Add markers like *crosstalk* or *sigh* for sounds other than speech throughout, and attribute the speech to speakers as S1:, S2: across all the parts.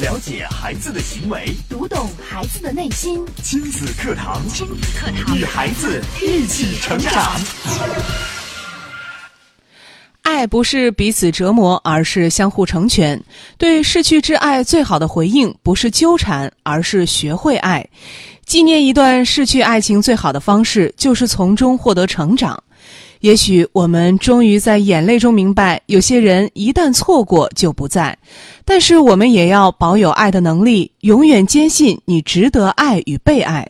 S1: 了解孩子的行为，
S2: 读懂孩子的内心，
S1: 亲子课堂，
S2: 亲子课堂
S1: 与孩子一起成长。
S3: 爱不是彼此折磨，而是相互成全。对逝去之爱最好的回应，不是纠缠，而是学会爱。纪念一段逝去爱情最好的方式，就是从中获得成长。也许我们终于在眼泪中明白，有些人一旦错过就不在。但是我们也要保有爱的能力，永远坚信你值得爱与被爱。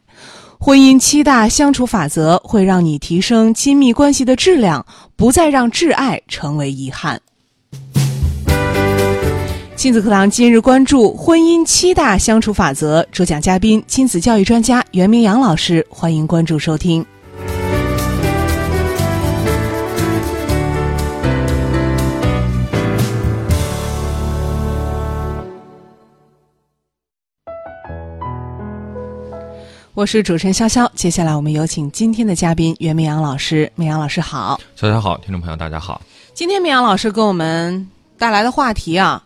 S3: 婚姻七大相处法则会让你提升亲密关系的质量，不再让挚爱成为遗憾。亲子课堂今日关注婚姻七大相处法则，主讲嘉宾亲子教育专家袁明阳老师，欢迎关注收听。我是主持人潇潇，接下来我们有请今天的嘉宾袁明阳老师。明阳老师好，
S4: 小小好，听众朋友大家好。
S3: 今天明阳老师给我们带来的话题啊，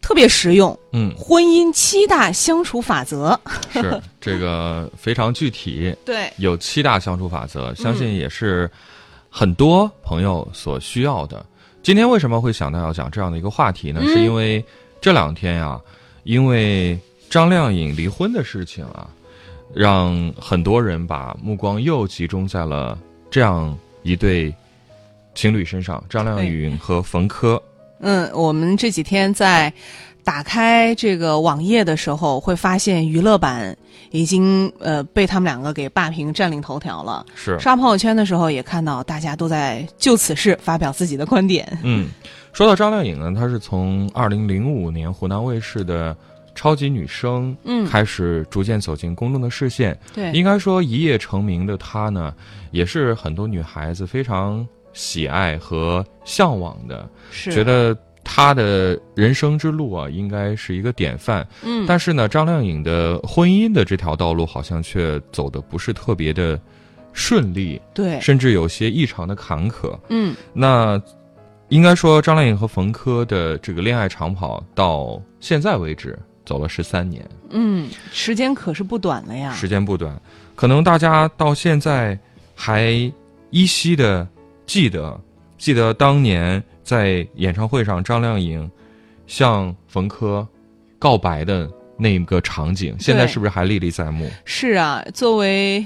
S3: 特别实用，
S4: 嗯，
S3: 婚姻七大相处法则。
S4: *laughs* 是这个非常具体，
S3: 对，
S4: 有七大相处法则，相信也是很多朋友所需要的。今天为什么会想到要讲这样的一个话题呢？是因为这两天呀、因为张靓颖离婚的事情啊，让很多人把目光又集中在了这样一对情侣身上，张靓颖和冯轲。
S3: 嗯，我们这几天在打开这个网页的时候，会发现娱乐版已经呃被他们两个给霸屏占领头条了。
S4: 是
S3: 刷朋友圈的时候，也看到大家都在就此事发表自己的观点。
S4: 嗯，说到张靓颖呢，她是从二零零五年湖南卫视的《超级女声》
S3: 嗯
S4: 开始逐渐走进公众的视线。
S3: 对，
S4: 应该说一夜成名的她呢，也是很多女孩子非常喜爱和向往的，
S3: 是
S4: 觉得她的人生之路啊，应该是一个典范。
S3: 嗯，
S4: 但是呢，张靓颖的婚姻的这条道路好像却走的不是特别的顺利，
S3: 对，
S4: 甚至有些异常的坎坷。
S3: 嗯。
S4: 那应该说，张靓颖和冯轲的这个恋爱长跑到现在为止走了十三年，
S3: 嗯，时间可是不短了呀。
S4: 时间不短。可能大家到现在还依稀的记得，记得当年在演唱会上张靓颖向冯轲告白的那一个场景，现在是不是还历历在目？
S3: 是啊，作为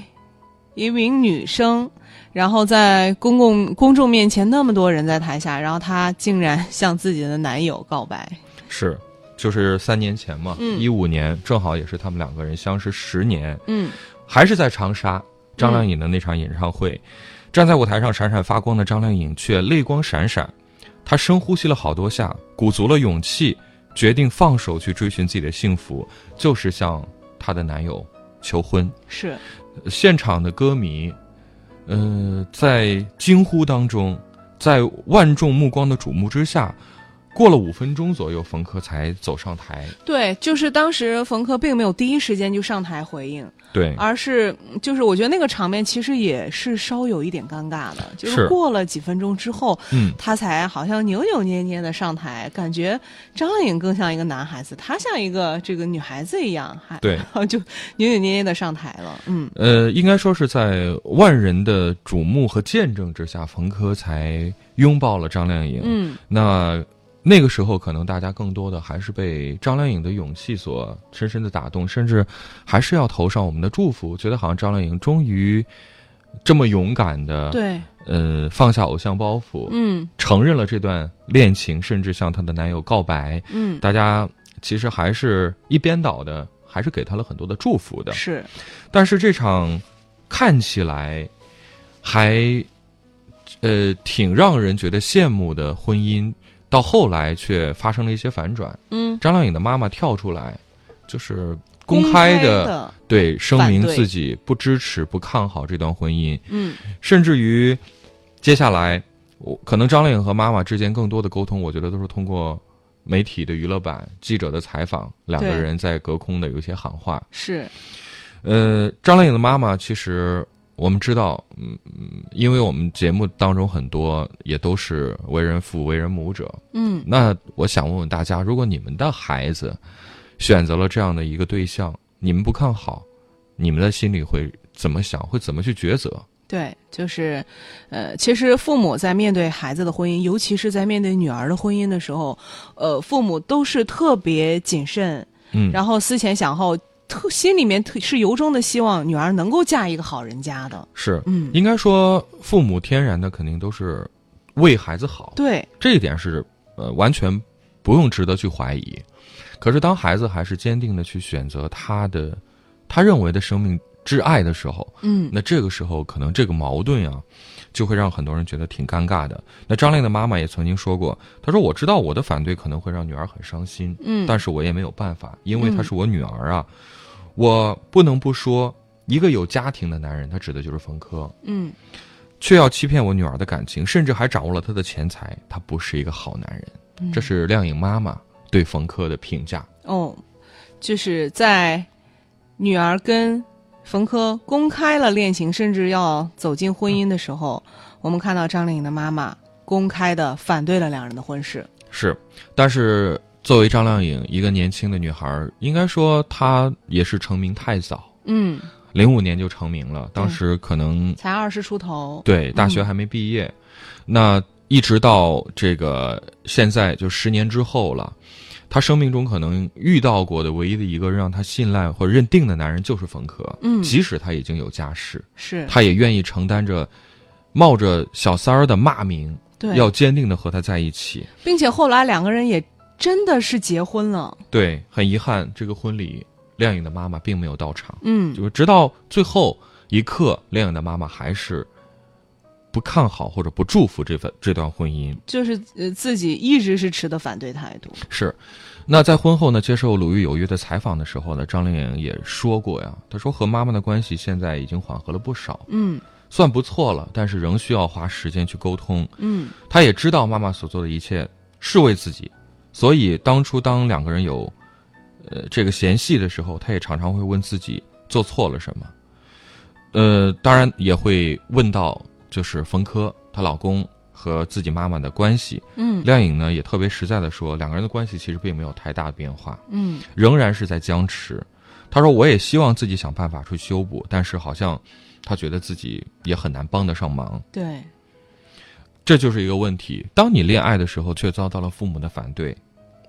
S3: 一名女生，然后在公共公众面前那么多人在台下，然后她竟然向自己的男友告白。
S4: 是。就是三年前嘛，
S3: 嗯
S4: 一五、年正好也是他们两个人相识十年。
S3: 嗯，
S4: 还是在长沙张靓颖的那场演唱会，站在舞台上闪闪发光的张靓颖却泪光闪闪，她深呼吸了好多下，鼓足了勇气，决定放手去追寻自己的幸福，就是向她的男友求婚。
S3: 是
S4: 现场的歌迷，呃，在惊呼当中，在万众目光的瞩目之下。过了五分钟左右，冯轲才走上台。
S3: 对，就是当时冯轲并没有第一时间就上台回应，
S4: 对，
S3: 而是就是我觉得那个场面其实也是稍有一点尴尬的，就是
S4: 是
S3: 过了几分钟之后，
S4: 嗯，
S3: 他才好像扭扭捏捏的上台，感觉张靓颖更像一个男孩子，他像一个这个女孩子一样，还
S4: 对，
S3: 就 *laughs* 扭扭捏捏的上台了。嗯，
S4: 呃，应该说是在万人的瞩目和见证之下，冯轲才拥抱了张靓颖。
S3: 嗯，
S4: 那那个时候，可能大家更多的还是被张靓颖的勇气所深深的打动，甚至还是要投上我们的祝福，觉得好像张靓颖终于这么勇敢的，
S3: 对，
S4: 呃，放下偶像包袱，
S3: 嗯
S4: 承认了这段恋情，甚至向她的男友告白。
S3: 嗯，
S4: 大家其实还是一边倒的，还是给她了很多的祝福的。
S3: 是
S4: 但是这场看起来还呃挺让人觉得羡慕的婚姻，到后来却发生了一些反转。
S3: 嗯，
S4: 张靓颖的妈妈跳出来，就是公开的
S3: 的，
S4: 对声
S3: 反
S4: 明
S3: 对
S4: 自己不支持、不看好这段婚姻，
S3: 嗯
S4: 甚至于呃接下来我可能张靓颖和妈妈之间更多的沟通，我觉得都是通过。媒体的娱乐版、记者的采访，两个
S3: 对
S4: 人在隔空的有一些喊话。
S3: 是，
S4: 呃，张靓颖的妈妈其实我们知道，嗯，嗯，因为我们节目当中很多也都是为人父、为人母者。
S3: 嗯
S4: 那我想问问大家，如果你们的孩子选择了这样的一个对象，你们不看好，你们的心里会怎么想？会怎么去抉择？
S3: 对，就是，呃，其实父母在面对孩子的婚姻，尤其是在面对女儿的婚姻的时候，呃，父母都是特别谨慎，
S4: 嗯，
S3: 然后思前想后，特心里面特是由衷的希望女儿能够嫁一个好人家的。
S4: 是，
S3: 嗯，
S4: 应该说父母天然的肯定都是为孩子好，
S3: 对，
S4: 这一点是呃完全不用值得去怀疑。可是当孩子还是坚定的去选择他的他认为的生命挚爱的时候，
S3: 嗯
S4: 那这个时候可能这个矛盾啊，就会让很多人觉得挺尴尬的。那张亮的妈妈也曾经说过，她说我知道我的反对可能会让女儿很伤心，
S3: 嗯，
S4: 但是我也没有办法，因为她是我女儿啊，我不能不说，一个有家庭的男人，他指的就是冯轲。
S3: 嗯
S4: 却要欺骗我女儿的感情，甚至还掌握了她的钱财，他不是一个好男人。这是亮颖妈妈对冯轲的评价。
S3: 哦，就是在女儿跟冯轲公开了恋情，甚至要走进婚姻的时候，我们看到张靓颖的妈妈公开的反对了两人的婚事。
S4: 是，但是作为张靓颖一个年轻的女孩儿，应该说她也是成名太早，
S3: 嗯，
S4: 零五年就成名了，当时可能
S3: 才二十出头。
S4: 对大学还没毕业，那一直到这个现在就十年之后了。她生命中可能遇到过的唯一的一个让她信赖或者认定的男人就是冯轲，
S3: 嗯
S4: 即使他已经有家室，
S3: 是，
S4: 他也愿意承担着冒着小三儿的骂名，
S3: 对，
S4: 要坚定的和他在一起。
S3: 并且后来两个人也真的是结婚了。
S4: 对，很遗憾，这个婚礼亮颖的妈妈并没有到场，
S3: 嗯
S4: 就是直到最后一刻，亮颖的妈妈还是不看好或者不祝福这份这段婚姻。
S3: 就是呃自己一直是持的反对态度。
S4: 是，那在婚后呢，接受《鲁豫有约》的采访的时候呢，张靓颖也说过呀，她说和妈妈的关系现在已经缓和了不少，
S3: 嗯
S4: 算不错了，但是仍需要花时间去沟通。
S3: 嗯
S4: 他也知道妈妈所做的一切是为自己，所以当初当两个人有，呃，这个嫌隙的时候，他也常常会问自己做错了什么，呃，当然也会问到就是冯轲她老公和自己妈妈的关系。
S3: 嗯
S4: 亮颖呢也特别实在的说，两个人的关系其实并没有太大的变化，
S3: 嗯
S4: 仍然是在僵持。她说：“我也希望自己想办法去修补，但是好像她觉得自己也很难帮得上忙。”
S3: 对，
S4: 嗯这就是一个问题。当你恋爱的时候，却遭到了父母的反对，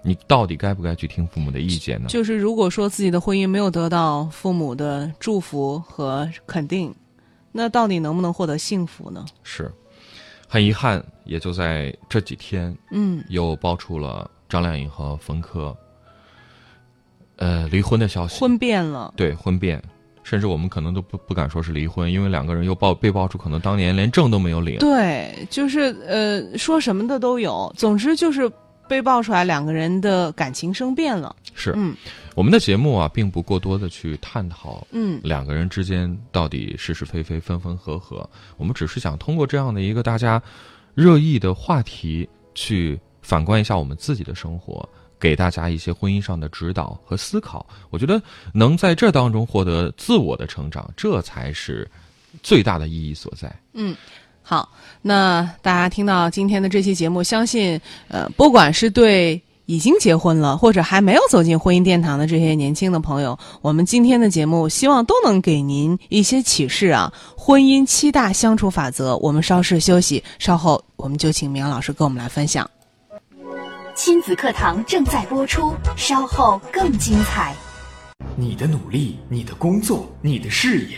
S4: 你到底该不该去听父母的意见呢？
S3: 就是如果说自己的婚姻没有得到父母的祝福和肯定，那到底能不能获得幸福呢？
S4: 是，很遗憾，也就在这几天，
S3: 嗯
S4: 又爆出了张靓颖和冯轲，呃，离婚的消息。
S3: 婚变了，
S4: 对婚变，甚至我们可能都不不敢说是离婚，因为两个人又爆被爆出可能当年连证都没有领。
S3: 对，就是呃，说什么的都有，总之就是被爆出来两个人的感情生变了。
S4: 是
S3: 嗯
S4: 我们的节目啊，并不过多的去探讨
S3: 嗯
S4: 两个人之间到底是是非非、分分合合。我们只是想通过这样的一个大家热议的话题，去反观一下我们自己的生活，给大家一些婚姻上的指导和思考。我觉得能在这当中获得自我的成长，这才是最大的意义所在。
S3: 嗯。好，那大家听到今天的这期节目，相信呃，不管是对已经结婚了或者还没有走进婚姻殿堂的这些年轻的朋友，我们今天的节目希望都能给您一些启示啊。婚姻七大相处法则，我们稍事休息，稍后我们就请明阳老师跟我们来分享。
S2: 亲子课堂正在播出，稍后更精彩。
S1: 你的努力，你的工作，你的事业，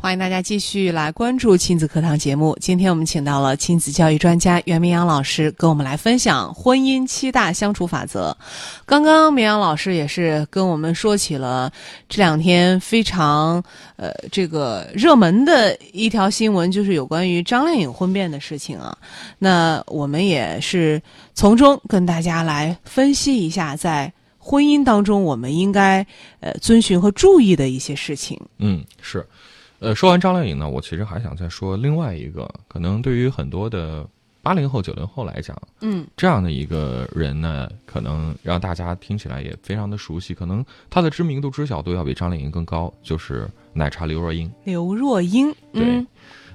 S3: 欢欢迎大家继续来关注亲子课堂节目。今天我们请到了亲子教育专家袁明阳老师，跟我们来分享婚姻七大相处法则。刚刚明阳老师也是跟我们说起了这两天非常呃这个热门的一条新闻，就是有关于张靓颖婚变的事情啊。那我们也是从中跟大家来分析一下，在婚姻当中我们应该呃遵循和注意的一些事情。
S4: 嗯，是。呃，说完张靓颖呢，我其实还想再说另外一个，可能对于很多的八零后、九零后来讲，
S3: 嗯，
S4: 这样的一个人呢，可能让大家听起来也非常的熟悉，可能他的知名度、知晓度要比张靓颖更高，就是奶茶刘若英。
S3: 刘若英，
S4: 对，
S3: 嗯，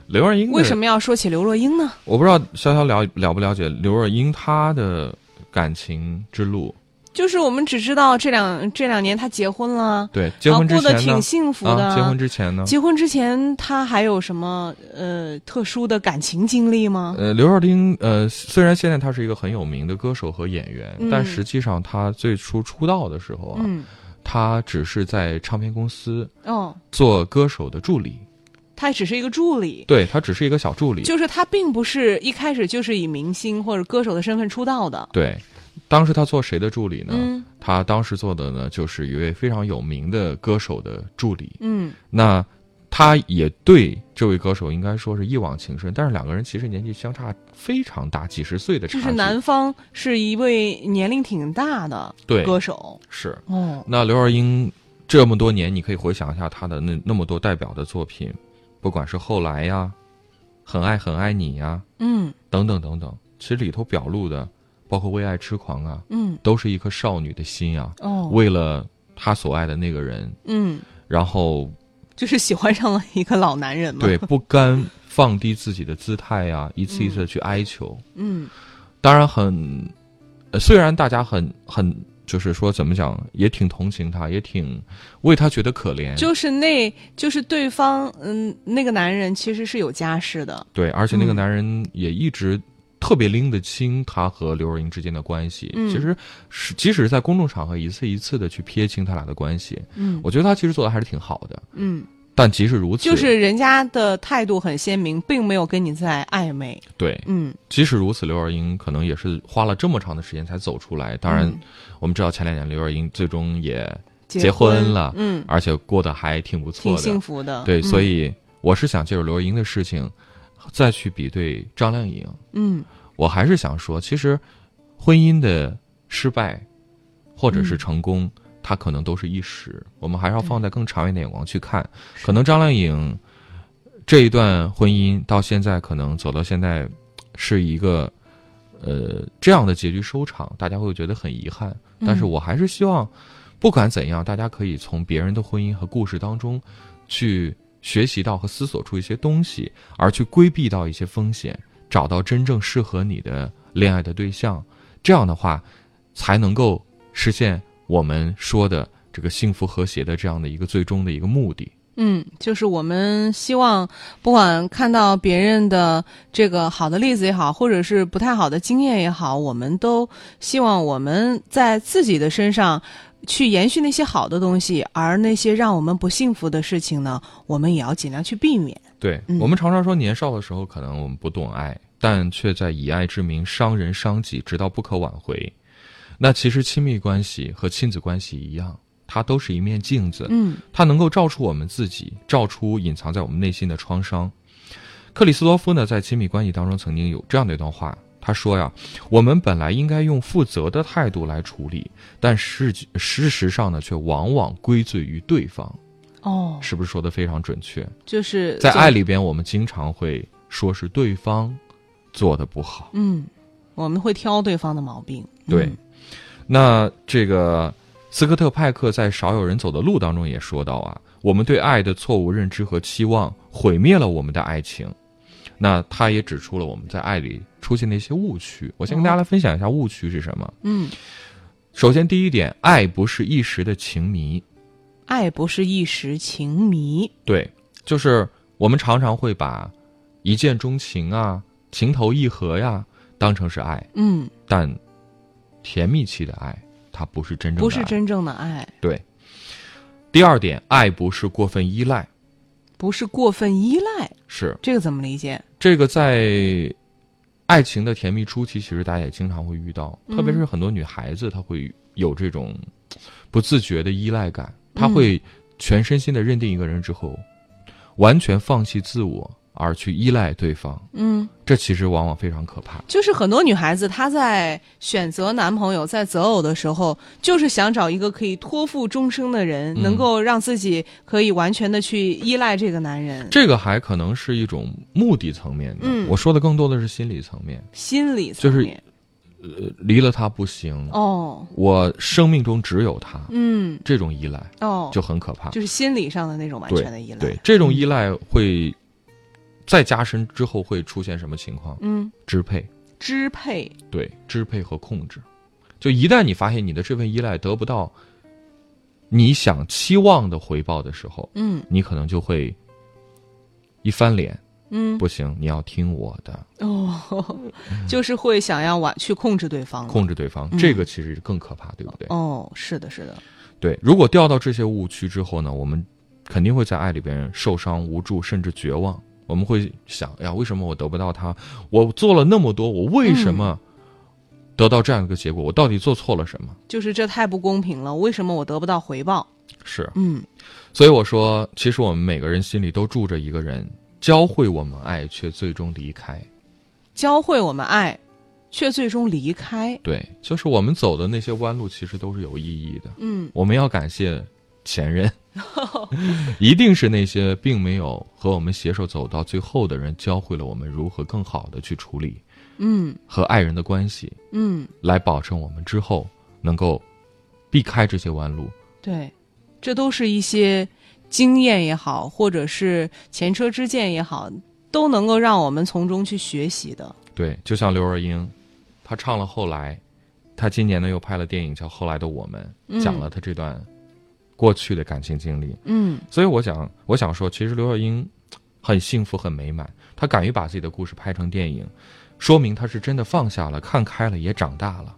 S4: 刘若英
S3: 为什
S4: 么？
S3: 么要说起刘若英呢？
S4: 我不知道潇潇了了不了解刘若英她的感情之路？
S3: 就是我们只知道这两这两年她结婚了，
S4: 对，结婚之
S3: 啊、过得
S4: 前呢
S3: 挺？幸福的。
S4: 啊，结婚之前呢？
S3: 结婚之前，她还有什么呃特殊的感情经历吗？
S4: 呃，刘若英，呃，虽然现在她是一个很有名的歌手和演员，
S3: 嗯
S4: 但实际上她最初出道的时候啊，
S3: 嗯，
S4: 她只是在唱片公司
S3: 哦，
S4: 做歌手的助理，
S3: 她只是一个助理，
S4: 对她只是一个小助理。
S3: 就是她并不是一开始就是以明星或者歌手的身份出道的。
S4: 对，当时她做谁的助理呢？
S3: 嗯
S4: 她当时做的呢，就是一位非常有名的歌手的助理。
S3: 嗯
S4: 那她也对这位歌手应该说是一往情深，但是两个人其实年纪相差非常大，几十岁的差
S3: 就
S4: 距。
S3: 是男方是一位年龄挺大的
S4: 对
S3: 歌手。
S4: 是
S3: 哦，
S4: 那刘若英这么多年，你可以回想一下她的那那么多代表的作品，不管是后来呀，很爱很爱你呀，
S3: 嗯
S4: 等等等等，其实里头表露的，包括为爱痴狂啊，
S3: 嗯
S4: 都是一颗少女的心啊，
S3: 哦
S4: 为了她所爱的那个人，
S3: 嗯，
S4: 然后
S3: 就是喜欢上了一个老男人嘛。 *laughs*
S4: 对，不甘放低自己的姿态呀、一次一次的去哀求。
S3: 嗯
S4: 当然很，呃虽然大家很很。就是说，怎么讲，也挺同情她，也挺为她觉得可怜。
S3: 就是那，就是对方，嗯，那个男人其实是有家室的，
S4: 对，而且那个
S3: 嗯
S4: 男人也一直特别拎得清他和刘若英之间的关系。
S3: 嗯
S4: 其实是即使是在公众场合一次一次的去撇清他俩的关系，
S3: 嗯
S4: 我觉得他其实做的还是挺好的。
S3: 嗯，
S4: 但即使如此，
S3: 就是人家的态度很鲜明，并没有跟你在暧昧，
S4: 对，
S3: 嗯
S4: 即使如此，刘若英可能也是花了这么长的时间才走出来。当然，
S3: 嗯
S4: 我们知道前两年刘若英最终也
S3: 结
S4: 结
S3: 婚
S4: 婚了
S3: 嗯，
S4: 而且过得还挺不错
S3: 挺
S4: 的，
S3: 幸福的，
S4: 对，
S3: 嗯
S4: 所，以我是想借助刘若英的事情，再去比对张靓颖。
S3: 嗯
S4: 我还是想说，其实婚姻的失败或者
S3: 嗯
S4: 是成功，它可能都是一时，我们还是要放在更长远的眼光去看。可能张靓颖这一段婚姻到现在，可能走到现在是一个呃这样的结局收场，大家会觉得很遗憾。但是我还是希望，不管怎样，大家可以从别人的婚姻和故事当中去学习到和思索出一些东西，而去规避到一些风险，找到真正适合你的恋爱的对象。这样的话，才能够实现我们说的这个幸福和谐的这样的一个最终的一个目的。
S3: 嗯，就是我们希望，不管看到别人的这个好的例子也好，或者是不太好的经验也好，我们都希望我们在自己的身上去延续那些好的东西，而那些让我们不幸福的事情呢，我们也要尽量去避免。
S4: 对、
S3: 嗯
S4: 我们常常说，年少的时候可能我们不懂爱，但却在以爱之名伤人伤己，直到不可挽回。那其实亲密关系和亲子关系一样，它都是一面镜子，
S3: 嗯
S4: 它能够照出我们自己，照出隐藏在我们内心的创伤。克里斯多夫呢，在亲密关系当中曾经有这样的一段话，他说呀：“我们本来应该用负责的态度来处理，但事事实上呢，却往往归罪于对方。”
S3: 哦，
S4: 是不是说的非常准确？
S3: 就是
S4: 在
S3: 总
S4: 爱里边，我们经常会说是对方做的不好。
S3: 嗯，我们会挑对方的毛病。
S4: 对
S3: 嗯，
S4: 那这个斯科特·派克在《少有人走的路》当中也说到啊，我们对爱的错误认知和期望毁灭了我们的爱情。那他也指出了我们在爱里出现的一些误区。我先跟大
S3: 哦
S4: 家来分享一下误区是什么。
S3: 嗯，
S4: 首先，第一点，爱不是一时的情迷。
S3: 爱不是一时情迷。
S4: 对，就是我们常常会把一见钟情啊、情投意合呀、当成是爱，
S3: 嗯，
S4: 但甜蜜期的爱，它不是真正的爱。
S3: 不是真正的爱，
S4: 对。第二点，爱不是过分依赖。
S3: 不是过分依赖，
S4: 是
S3: 这个怎么理解？
S4: 这个在爱情的甜蜜初期，其实大家也经常会遇到，特别
S3: 嗯
S4: 是很多女孩子，她会有这种不自觉的依赖感，她
S3: 嗯
S4: 会全身心的认定一个人之后，完全放弃自我而去依赖对方，
S3: 嗯，
S4: 这其实往往非常可怕。
S3: 就是很多女孩子她在选择男朋友、在择偶的时候，就是想找一个可以托付终生的人，
S4: 嗯
S3: 能够让自己可以完全的去依赖这个男人，
S4: 这个还可能是一种目的层面的，
S3: 嗯
S4: 我说的更多的是心理层面，
S3: 心理
S4: 就
S3: 层
S4: 是
S3: 面。
S4: 呃离了他不行，
S3: 哦，
S4: 我生命中只有他，
S3: 嗯，
S4: 这种依赖
S3: 哦，
S4: 就很可怕。
S3: 就是心理上的那种完
S4: 对
S3: 全的依赖。嗯
S4: 对，这种依赖会再加深之后会出现什么情况？
S3: 嗯，
S4: 支配，
S3: 支配，
S4: 对，支配和控制。就一旦你发现你的这份依赖得不到你想期望的回报的时候，
S3: 嗯
S4: 你可能就会一翻脸，
S3: 嗯，
S4: 不行，你要听我的，
S3: 哦，就是会想要完去控制对方了，
S4: 嗯控制对方。
S3: 嗯
S4: 这个其实更可怕，对不对？
S3: 哦，是的，是的，
S4: 对，如果掉到这些误区之后呢，我们肯定会在爱里边受伤、无助，甚至绝望。我们会想，哎呀，为什么我得不到他？我做了那么多，我为什么得到这样一个结果？我到底做错了什么？
S3: 就是这太不公平了，为什么我得不到回报？
S4: 是，
S3: 嗯
S4: 所以我说，其实我们每个人心里都住着一个人，教会我们爱，却最终离开。
S3: 教会我们爱，却最终离开。
S4: 对，就是我们走的那些弯路，其实都是有意义的。
S3: 嗯，
S4: 我们要感谢前任，一定是那些并没有和我们携手走到最后的人，教会了我们如何更好的去处理
S3: 嗯
S4: 和爱人的关系，
S3: 嗯，
S4: 来保证我们之后能够避开这些弯路。
S3: 对，这都是一些经验也好，或者是前车之鉴也好，都能够让我们从中去学习的。
S4: 对，就像刘若英，她唱了《后来》，她今年呢又拍了电影叫《后来的我们》，讲了她这段过去的感情经历。
S3: 嗯
S4: 所以我想，我想说，其实刘若英很幸福、很美满，她敢于把自己的故事拍成电影，说明她是真的放下了、看开了，也长大了。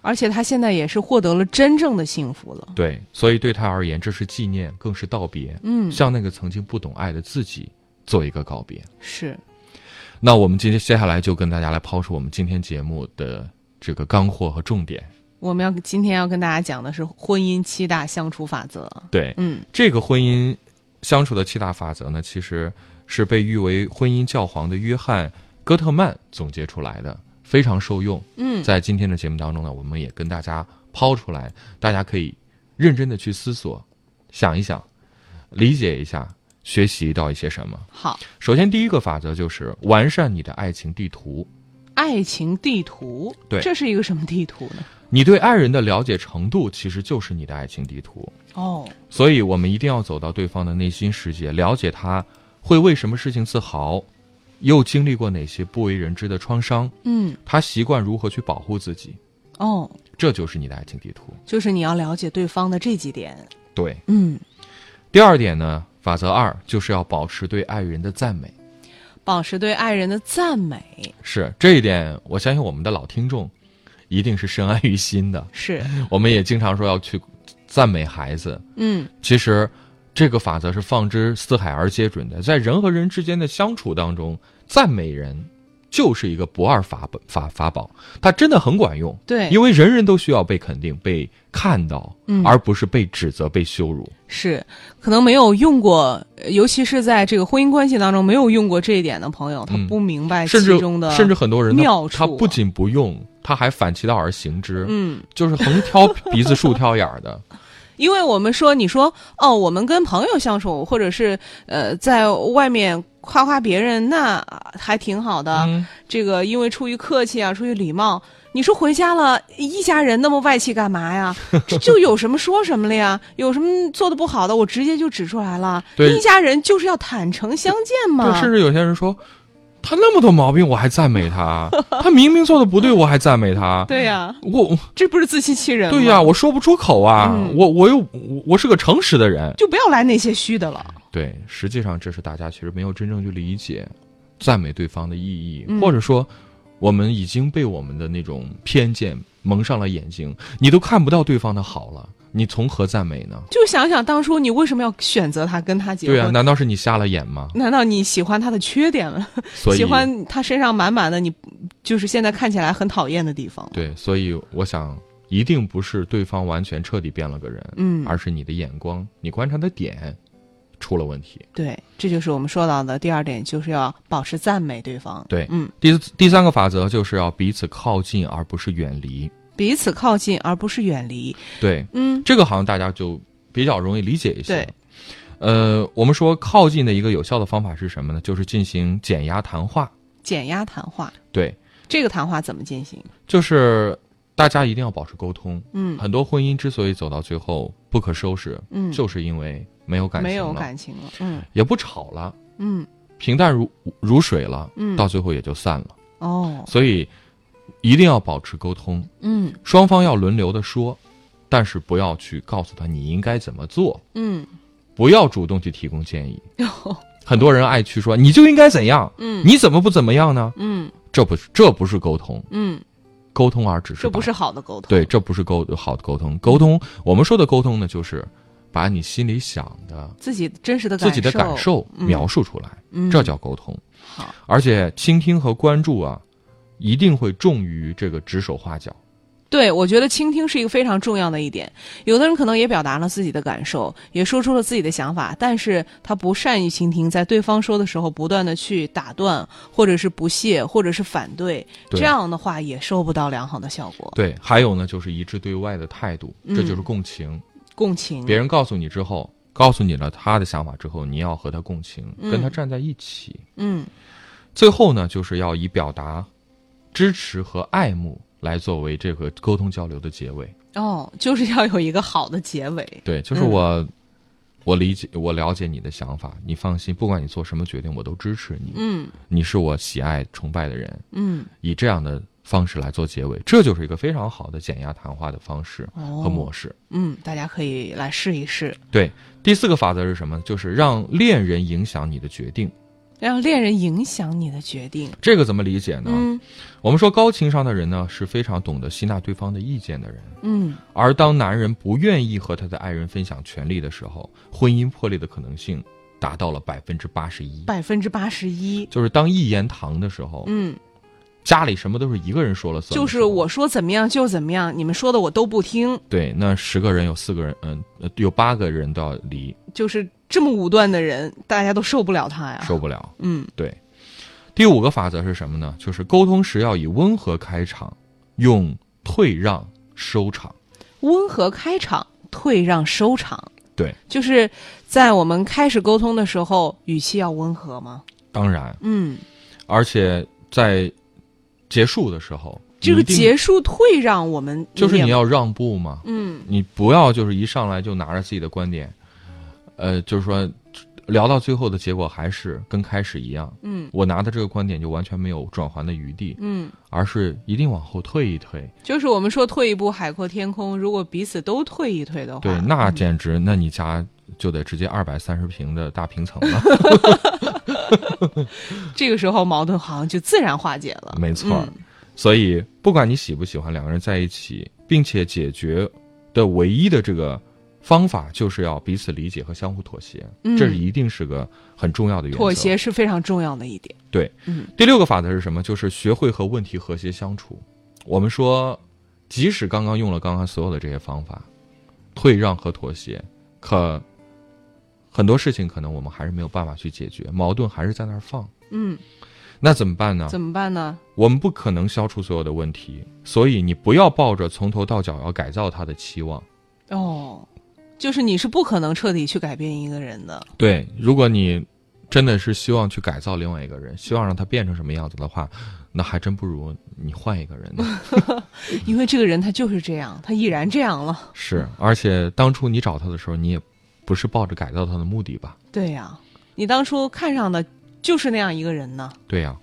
S3: 而且他现在也是获得了真正的幸福了。
S4: 对，所以对她而言，这是纪念，更是道别，
S3: 嗯，
S4: 向那个曾经不懂爱的自己做一个告别。
S3: 是，
S4: 那我们今天接下来就跟大家来抛出我们今天节目的这个干货和重点。
S3: 我们要今天要跟大家讲的是婚姻七大相处法则。
S4: 对，
S3: 嗯
S4: 这个婚姻相处的七大法则呢，其实是被誉为婚姻教皇的约翰·戈特曼总结出来的，非常受用。
S3: 嗯，
S4: 在今天的节目当中呢，我们也跟大家抛出来，大家可以认真的去思索，想一想，理解一下，学习到一些什么。
S3: 好，
S4: 首先，第一个法则就是完善你的爱情地图。
S3: 爱情地图，
S4: 对
S3: 这是一个什么地图呢？
S4: 你对爱人的了解程度，其实就是你的爱情地图。
S3: 哦，
S4: 所以我们一定要走到对方的内心世界，了解他会为什么事情自豪，又经历过哪些不为人知的创伤，
S3: 嗯，
S4: 他习惯如何去保护自己，
S3: 哦，
S4: 这就是你的爱情地图。
S3: 就是你要了解对方的这几点。
S4: 对，
S3: 嗯，
S4: 第二点呢，法则二就是要保持对爱人的赞美。
S3: 保持对爱人的赞美
S4: 是这一点，我相信我们的老听众一定是深谙于心的。
S3: 是，
S4: 我们也经常说要去赞美孩子，
S3: 嗯
S4: 其实，这个法则是放之四海而皆准的。在人和人之间的相处当中，赞美人就是一个不二法本法法宝，它真的很管用。
S3: 对
S4: 因为人人都需要被肯定、被看到，
S3: 嗯
S4: 而不是被指责、被羞辱。
S3: 是，可能没有用过，呃尤其是在这个婚姻关系当中没有用过这一点的朋友，他
S4: 嗯
S3: 不明白
S4: 甚
S3: 其
S4: 至
S3: 中的
S4: 甚至很多人
S3: 妙
S4: 他
S3: 处
S4: 他不仅不用，他还反其道而行之，
S3: 嗯，
S4: 就是横挑鼻子竖挑眼儿
S3: *laughs*
S4: 的。
S3: 因为我们说，你说哦，我们跟朋友相处，或者是呃，在外面夸夸别人，那还挺好的。
S4: 嗯，
S3: 这个因为出于客气啊，出于礼貌，你说回家了，一家人那么外气干嘛呀？这就有什么说什么了呀？有什么做的不好的，我直接就指出来了。
S4: 对
S3: 一家人就是要坦诚相见
S4: 对，
S3: 嘛。
S4: 甚至有些人说。他那么多毛病，我还赞
S3: *laughs*
S4: 美他；他明明做的不对，我还赞美他。
S3: 对呀、
S4: 我
S3: 这不是自欺欺人吗？
S4: 对呀、我说不出口啊，
S3: 嗯
S4: 我我又我我是个诚实的人。
S3: 就不要来那些虚的了。
S4: 对，实际上这是大家其实没有真正去理解赞美对方的意义，
S3: 嗯
S4: 或者说我们已经被我们的那种偏见蒙上了眼睛，你都看不到对方的好了，你从何赞美呢？
S3: 就想想当初你为什么要选择他，跟他结婚？
S4: 对啊，难道是你瞎了眼吗？
S3: 难道你喜欢他的缺点了？
S4: 所以
S3: 喜欢他身上满满的你，就是现在看起来很讨厌的地方。
S4: 对，所以我想，一定不是对方完全彻底变了个人，
S3: 嗯
S4: 而是你的眼光、你观察的点出了问题。
S3: 对，这就是我们说到的第二点，就是要保持赞美对方。
S4: 对
S3: 嗯，
S4: 第四第三个法则就是要彼此靠近，而不是远离。
S3: 彼此靠近而不是远离。
S4: 对，
S3: 嗯，
S4: 这个好像大家就比较容易理解一些。
S3: 对，
S4: 呃，我们说靠近的一个有效的方法是什么呢？就是进行减压谈话。
S3: 减压谈话，
S4: 对，
S3: 这个谈话怎么进行？
S4: 就是大家一定要保持沟通。
S3: 嗯
S4: 很多婚姻之所以走到最后不可收拾，
S3: 嗯，
S4: 啊就是因为没有感情了，
S3: 没有感情了。嗯
S4: 也不吵了，
S3: 嗯
S4: 平淡如如水了，
S3: 嗯
S4: 到最后也就散了。
S3: 哦
S4: 所以一定要保持沟通，
S3: 嗯
S4: 双方要轮流的说，但是不要去告诉他你应该怎么做，
S3: 嗯 *laughs*
S4: 不要主动去提供建议。很多人爱去说你就应该怎样，
S3: 嗯
S4: 你怎么不怎么样呢？
S3: 嗯
S4: 这不是这不是沟通，
S3: 嗯，
S4: 沟通而只是
S3: 这不
S4: 把
S3: 是好的沟通。
S4: 对，这不是沟好的沟通。沟通我们说的沟通呢，就是把你心里想的、
S3: 自己真实的
S4: 自己的感受
S3: 嗯
S4: 描述出来，
S3: 嗯
S4: 这叫沟通。
S3: 好。
S4: 而且倾听和关注啊，一定会重于这个指手画脚。
S3: 对，我觉得倾听是一个非常重要的一点。有的人可能也表达了自己的感受，也说出了自己的想法，但是他不善于倾听，在对方说的时候，不断的去打断，或者是不屑，或者是反对，
S4: 对
S3: 这样的话也收不到良好的效果。
S4: 对，还有呢，就是一致对外的态度，
S3: 嗯
S4: 这就是共情。
S3: 共情，
S4: 别人告诉你之后，告诉你了他的想法之后，你要和他共情，
S3: 嗯
S4: 跟他站在一起。
S3: 嗯
S4: 最后呢，就是要以表达支持和爱慕来作为这个沟通交流的结尾。
S3: 哦， *laughs* 就是要有一个好的结尾。
S4: 对，就是
S3: 嗯
S4: 我，我理解，我了解你的想法，你放心，不管你做什么决定，我都支持你。
S3: 嗯
S4: 你是我喜爱崇拜的人，
S3: 嗯，
S4: 以这样的方式来做结尾，这就是一个非常好的减压谈话的方式和模
S3: 哦，
S4: 式。
S3: 嗯，大家可以来试一试，
S4: 对，第四个法则是什么？就是让恋人影响你的决定。
S3: 让恋人影响你的决定。
S4: 这个怎么理解呢？
S3: 嗯
S4: 我们说高情商的人呢，是非常懂得吸纳对方的意见的人。
S3: 嗯，
S4: 而当男人不愿意和他的爱人分享权利的时候，婚姻破裂的可能性达到了百分之八十一。
S3: 百分之八十一。
S4: 就是当一言堂的时候，
S3: 嗯。
S4: 家里什么都是一个人说了算的时
S3: 就
S4: 候。
S3: 是我说怎么样就怎么样，你们说的我都不听，
S4: 对，那十个人有四个人，嗯，呃有八个人都要离，
S3: 就是这么武断的人，大家都受不了他呀。
S4: 受不了。
S3: 嗯
S4: 对，第五个法则是什么呢？就是沟通时要以温和开场，用退让收场。
S3: 温和开场，退让收场。
S4: 对，
S3: 就是在我们开始沟通的时候，语气要温和嘛。
S4: 当然，
S3: 嗯，
S4: 而且在结束的时候，
S3: 这个
S4: 你一定
S3: 结束退让，我们
S4: 就是你
S3: 也
S4: 要让步嘛，
S3: 嗯
S4: 你不要就是一上来就拿着自己的观点，呃，就是说聊到最后的结果还是跟开始一样。
S3: 嗯
S4: 我拿的这个观点就完全没有转圜的余地，
S3: 嗯，
S4: 而是一定往后退一退，
S3: 就是我们说退一步海阔天空，如果彼此都退一退的话，
S4: 对，那简直，那你家就得直接二百三十平的大平层
S3: *laughs*
S4: 了。
S3: 这个时候矛盾好像就自然化解了。
S4: 没错儿
S3: 嗯
S4: 所以，不管你喜不喜欢两个人在一起，并且解决的唯一的这个方法，就是要彼此理解和相互妥协，
S3: 嗯
S4: 这是一定是个很重要的原则。
S3: 妥协。是非常重要的一点。
S4: 对，
S3: 嗯
S4: 第六个法则是什么？就是学会和问题和谐相处。我们说，即使刚刚用了刚刚所有的这些方法，退让和妥协，可很多事情可能我们还是没有办法去解决，矛盾还是在那儿放。
S3: 嗯，
S4: 那怎么办呢？
S3: 怎么办呢？
S4: 我们不可能消除所有的问题，所以你不要抱着从头到脚要改造他的期望。
S3: 哦，就是你是不可能彻底去改变一个人的。
S4: 对，如果你真的是希望去改造另外一个人，希望让他变成什么样子的话，那还真不如你换一个人呢。
S3: 因为这个人他就是这样，他已然这样了。
S4: 是，而且当初你找他的时候，你也不是抱着改造他的目的吧？
S3: 对呀、你当初看上的就是那样一个人呢。
S4: 对呀、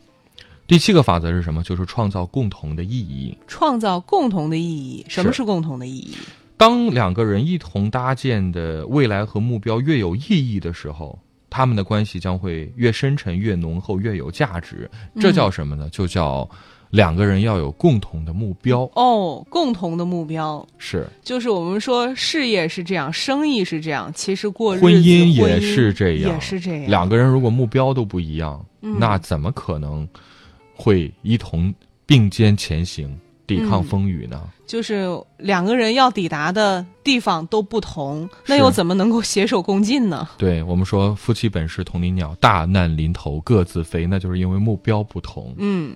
S4: 第七个法则是什么？就是创造共同的意义。
S3: 创造共同的意义，什么
S4: 是
S3: 是共同的意义？
S4: 当两个人一同搭建的未来和目标越有意义的时候，他
S3: 嗯
S4: 们的关系将会越深沉、越浓厚、越有价值。这叫什么呢？就叫两个人要有共同的目标，
S3: 哦，共同的目标
S4: 是
S3: 就是我们说事业是这样，生意是这样，其实过日子
S4: 婚姻
S3: 婚
S4: 也是这样，
S3: 也是这样。
S4: 两个人如果目标都不一样，
S3: 嗯
S4: 那怎么可能会一同并肩前行，抵抗
S3: 嗯
S4: 风雨呢？
S3: 就是两个人要抵达的地方都不同，那
S4: 是
S3: 又怎么能够携手共进呢？
S4: 对我们说，夫妻本是同林鸟，大难临头各自飞，那就是因为目标不同。
S3: 嗯，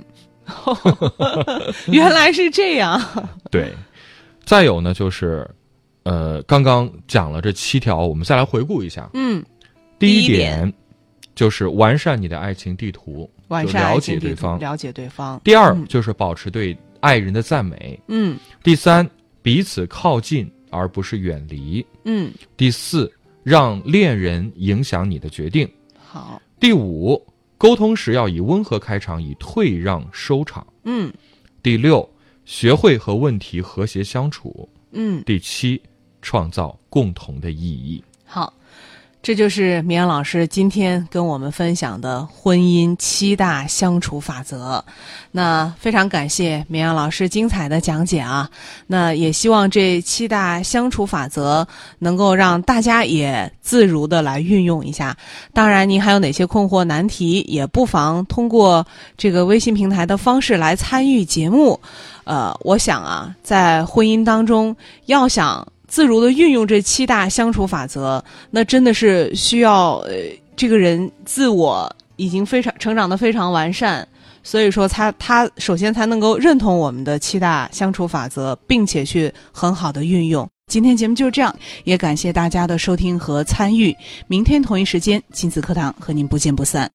S3: 原来是这
S4: *laughs*
S3: 样。
S4: 对，再有呢，就是，呃，刚刚讲了这七条，我们再来回顾一下。
S3: 嗯，
S4: 第
S3: 第一
S4: 点
S3: 点
S4: 就是完善你的爱情地图，
S3: 完
S4: 就
S3: 善爱
S4: 了
S3: 情
S4: 解对
S3: 地图
S4: 方。
S3: 了解对方。
S4: 第二、
S3: 嗯
S4: 就是保持对爱人的赞美。
S3: 嗯
S4: 第三，彼此靠近而不是远离。
S3: 嗯，
S4: 第四，让恋人影响你的决定。
S3: 好。
S4: 第五，沟通时要以温和开场，以退让收场。
S3: 嗯
S4: 第六，学会和问题和谐相处。
S3: 嗯，
S4: 第七，创造共同的意义。
S3: 好。这就是绵阳老师今天跟我们分享的婚姻七大相处法则。那非常感谢绵阳老师精彩的讲解啊！那也希望这七大相处法则能够让大家也自如的来运用一下。当然，您还有哪些困惑难题，也不妨通过这个微信平台的方式来参与节目。呃，我想啊，在婚姻当中，要想自如的运用这七大相处法则，那真的是需要呃，这个人自我已经非常成长的非常完善。所以说他，他首先才能够认同我们的七大相处法则，并且去很好的运用。今天节目就是这样，也感谢大家的收听和参与。明天同一时间，亲子课堂和您不见不散。